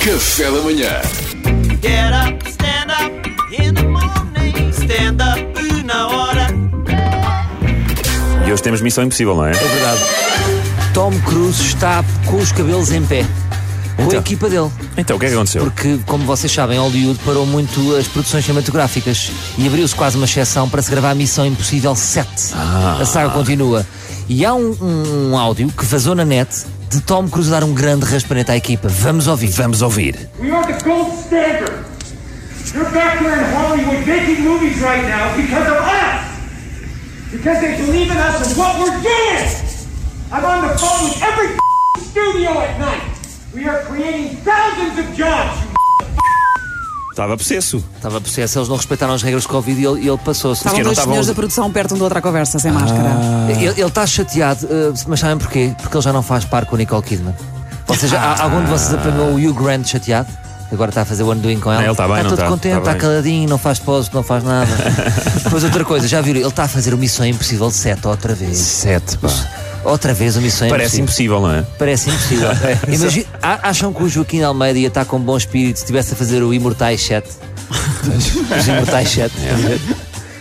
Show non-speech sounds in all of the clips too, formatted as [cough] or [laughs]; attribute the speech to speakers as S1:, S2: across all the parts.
S1: Café da manhã.
S2: Get up, stand up in the morning. Stand up na hora.
S3: E hoje temos Missão Impossível, não é?
S4: É verdade. Tom Cruise está com os cabelos em pé. Com
S3: Então.
S4: a equipa dele.
S3: Então, o que é que aconteceu?
S4: Porque, como vocês sabem, Hollywood parou muito as produções cinematográficas e abriu-se quase uma exceção para se gravar a Missão Impossível 7. A saga continua. E há um, um- um áudio que vazou na net de Tom Cruise dar um grande raspanete à equipa. Vamos ouvir. Vamos ouvir.
S5: We are the gold standard. You're back there in Hollywood making movies right now because of us. Because they believe in us and what we're doing. I'm on the phone with every [laughs] studio at night. We are creating thousands of jobs. you
S3: Estava possesso.
S4: Estava a processo, eles não respeitaram as regras de Covid e ele, ele passou-se.
S6: Estavam
S3: não
S6: dois
S3: estavam-
S6: senhores da produção perto um do outro à conversa,
S4: Ah.
S6: sem máscara.
S4: Ele ele está chateado, eh, mas sabem porquê? Porque ele já não faz par com o Nicole Kidman. Ou seja, há-
S3: Ah.
S4: algum de vocês apanhou o Hugh Grant chateado? que Agora está a fazer o undoing com ela.
S3: Não,
S4: Tá
S3: ele está bem, não
S4: todo
S3: está? Está
S4: contente, está
S3: bem.
S4: caladinho, não faz pose, não
S3: [laughs]
S4: faz nada. Depois outra coisa, já viram? Ele está a fazer o Missão Impossível 7 outra vez.
S3: Sete, pá.
S4: Outra vez o Missão
S3: Parece
S4: Impossível.
S3: impossível, não é?
S4: Parece
S3: [laughs]
S4: impossível. Imagi- a- acham que o Joaquim Almeida ia estar com bom espírito se estivesse a fazer o Imortais
S3: [laughs]
S4: 7? os Imortais 7.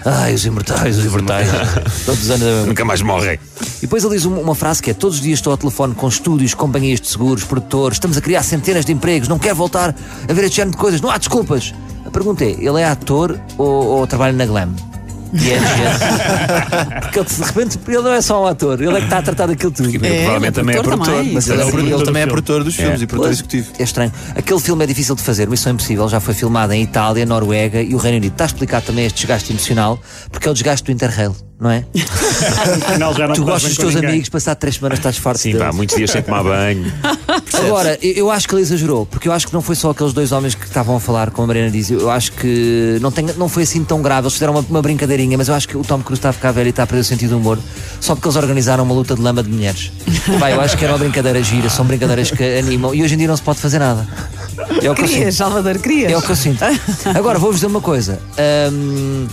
S4: Ai, os Imortais,
S3: [laughs]
S4: os Imortais. Todos os anos é a mesma
S3: Nunca mais morrem.
S4: e depois ele diz uma, uma frase que é: Todos os dias estou ao telefone com estúdios, companhias de seguros, produtores, estamos a criar centenas de empregos, não quero voltar a ver este género de coisas, não há desculpas. A pergunta é: ele é ator ou, ou trabalha na Glam? E é nojento. Porque ele, de repente ele não é só um ator, ele é que está a tratar daquilo tudo.
S6: É, ele é
S3: Provavelmente também é
S6: produtor
S3: produtor.
S6: também. Mas
S7: Ele, é o
S4: Sim,
S7: produtor,
S4: ele
S7: também é
S3: do
S7: produtor dos
S3: filme.
S7: filmes
S3: É.
S7: e produtor executivo.
S4: É estranho. Aquele filme é difícil de fazer, Missão Impossível já foi filmada em Itália, Noruega e o Reino Unido. Está explicado também este desgaste emocional, porque é o desgaste do Interrail, não é?
S3: Afinal, já não
S4: tu gostas dos teus amigos, passar três semanas estás farto
S3: Sim,
S4: deles.
S3: pá, muitos dias sem tomar banho.
S4: Agora, eu- eu acho que ele exagerou, porque eu acho que não foi só aqueles dois homens que estavam a falar, como a Mariana diz. Eu acho que não, tem, não foi assim tão grave. Eles fizeram uma, uma brincadeirinha, mas eu acho que o Tom Cruise está a ficar velho e está a perder o sentido do humor, só porque eles organizaram uma luta de lama de mulheres. Vai, eu acho que era uma brincadeira gira, são brincadeiras que animam e hoje em dia não se pode fazer nada. É o que eu sinto.
S6: Querias, Salvador, querias?
S4: É o que eu sinto. Agora, vou-vos dizer uma coisa. Hum,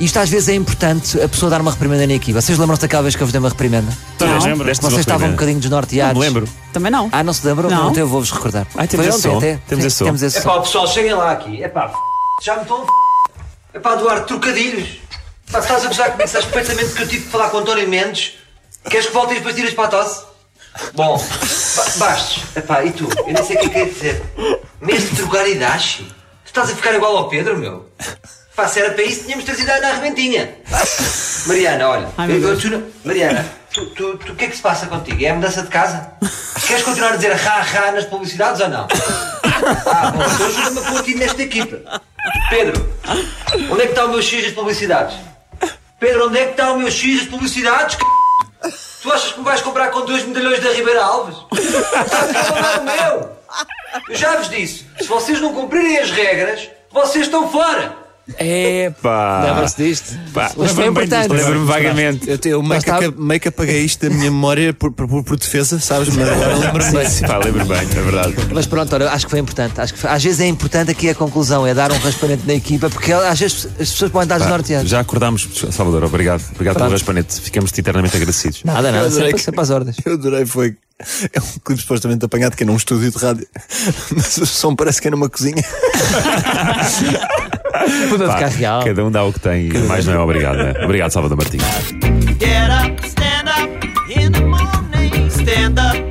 S4: isto às vezes é importante a pessoa dar uma reprimenda na equipa. Vocês lembram-se daquela vez que eu vos dei uma reprimenda?
S6: Não.
S3: Deste-nos
S4: Vocês
S3: uma
S4: estavam um
S3: primeira.
S4: bocadinho desnorteados.
S3: Não me lembro.
S6: Também não.
S4: Ah, não se lembram?
S6: Não.
S4: Então eu vou-vos recordar.
S3: Ah, temos
S4: Foi
S3: esse
S4: ontem
S3: som?
S4: até.
S3: Temos
S4: Sim,
S3: esse som.
S4: Temos esse
S8: É
S4: som.
S8: pá, pessoal, cheguem lá aqui. É pá, já me estão. É pá, Eduardo, trocadilhos. Pá, estás a gozar comigo, sabes perfeitamente que eu tive que falar com o António Mendes. Queres que volte e depois tiras para a tosse? Bom, ba- bastes. É pá, e tu? Eu nem sei o que é que é dizer. Mesmo trocar e dashi? Tu estás a ficar igual ao Pedro, meu? Pá, se era para isso, tínhamos trazido a Ana Arrebentinha. Mariana, olha.
S6: Ai, meu
S8: eu- eu te juro- Mariana, tu, tu, tu, o que é que se passa contigo? É a mudança de casa? Queres continuar a dizer rá-rá nas publicidades ou não? Ah, bom, então ajuda-me a pôr aqui nesta equipa. Pedro, onde é que está o meu X das publicidades? Pedro, onde é que está o meu X das publicidades? c****? [laughs] Tu achas que me vais comprar com dois medalhões da Ribeira Alves? [laughs] Não, não é o meu! Eu já vos disse, se vocês não cumprirem as regras, vocês estão fora!
S4: É,
S3: Pá.
S4: lembra-se disto?
S3: Pá,
S4: Mas foi
S3: lembro-me bem disto,
S4: importante.
S3: Lembro-me vagamente.
S7: Ah, Eu, te- eu meio, que,
S4: está.
S7: aca- meio que apaguei isto da minha memória por, por, por defesa, sabes? Mas agora lembro-me bem.
S3: Pá, lembro-me bem, é verdade.
S4: Mas pronto, olha, acho que foi importante. Acho que foi- Às vezes é importante aqui a conclusão, é dar um raspanete na equipa, porque às vezes as pessoas podem estar desnorteadas.
S3: Já acordámos, Salvador, obrigado. Obrigado pelo raspanete. Ficamos eternamente agradecidos.
S4: Nada, nada,
S7: Eu adorei
S4: sempre,
S7: que-
S4: sempre às ordens.
S7: Eu adorei, foi. É um clipe supostamente apanhado, que é num estúdio de rádio, [laughs] mas o som parece que é numa
S4: [laughs]
S7: cozinha.
S4: Foi para
S3: Pá,
S4: ficar real.
S3: Cada um dá o que tem e mais não é obrigado, né? Obrigado, Salvador Martins.
S2: Get up, stand up in the morning. Stand up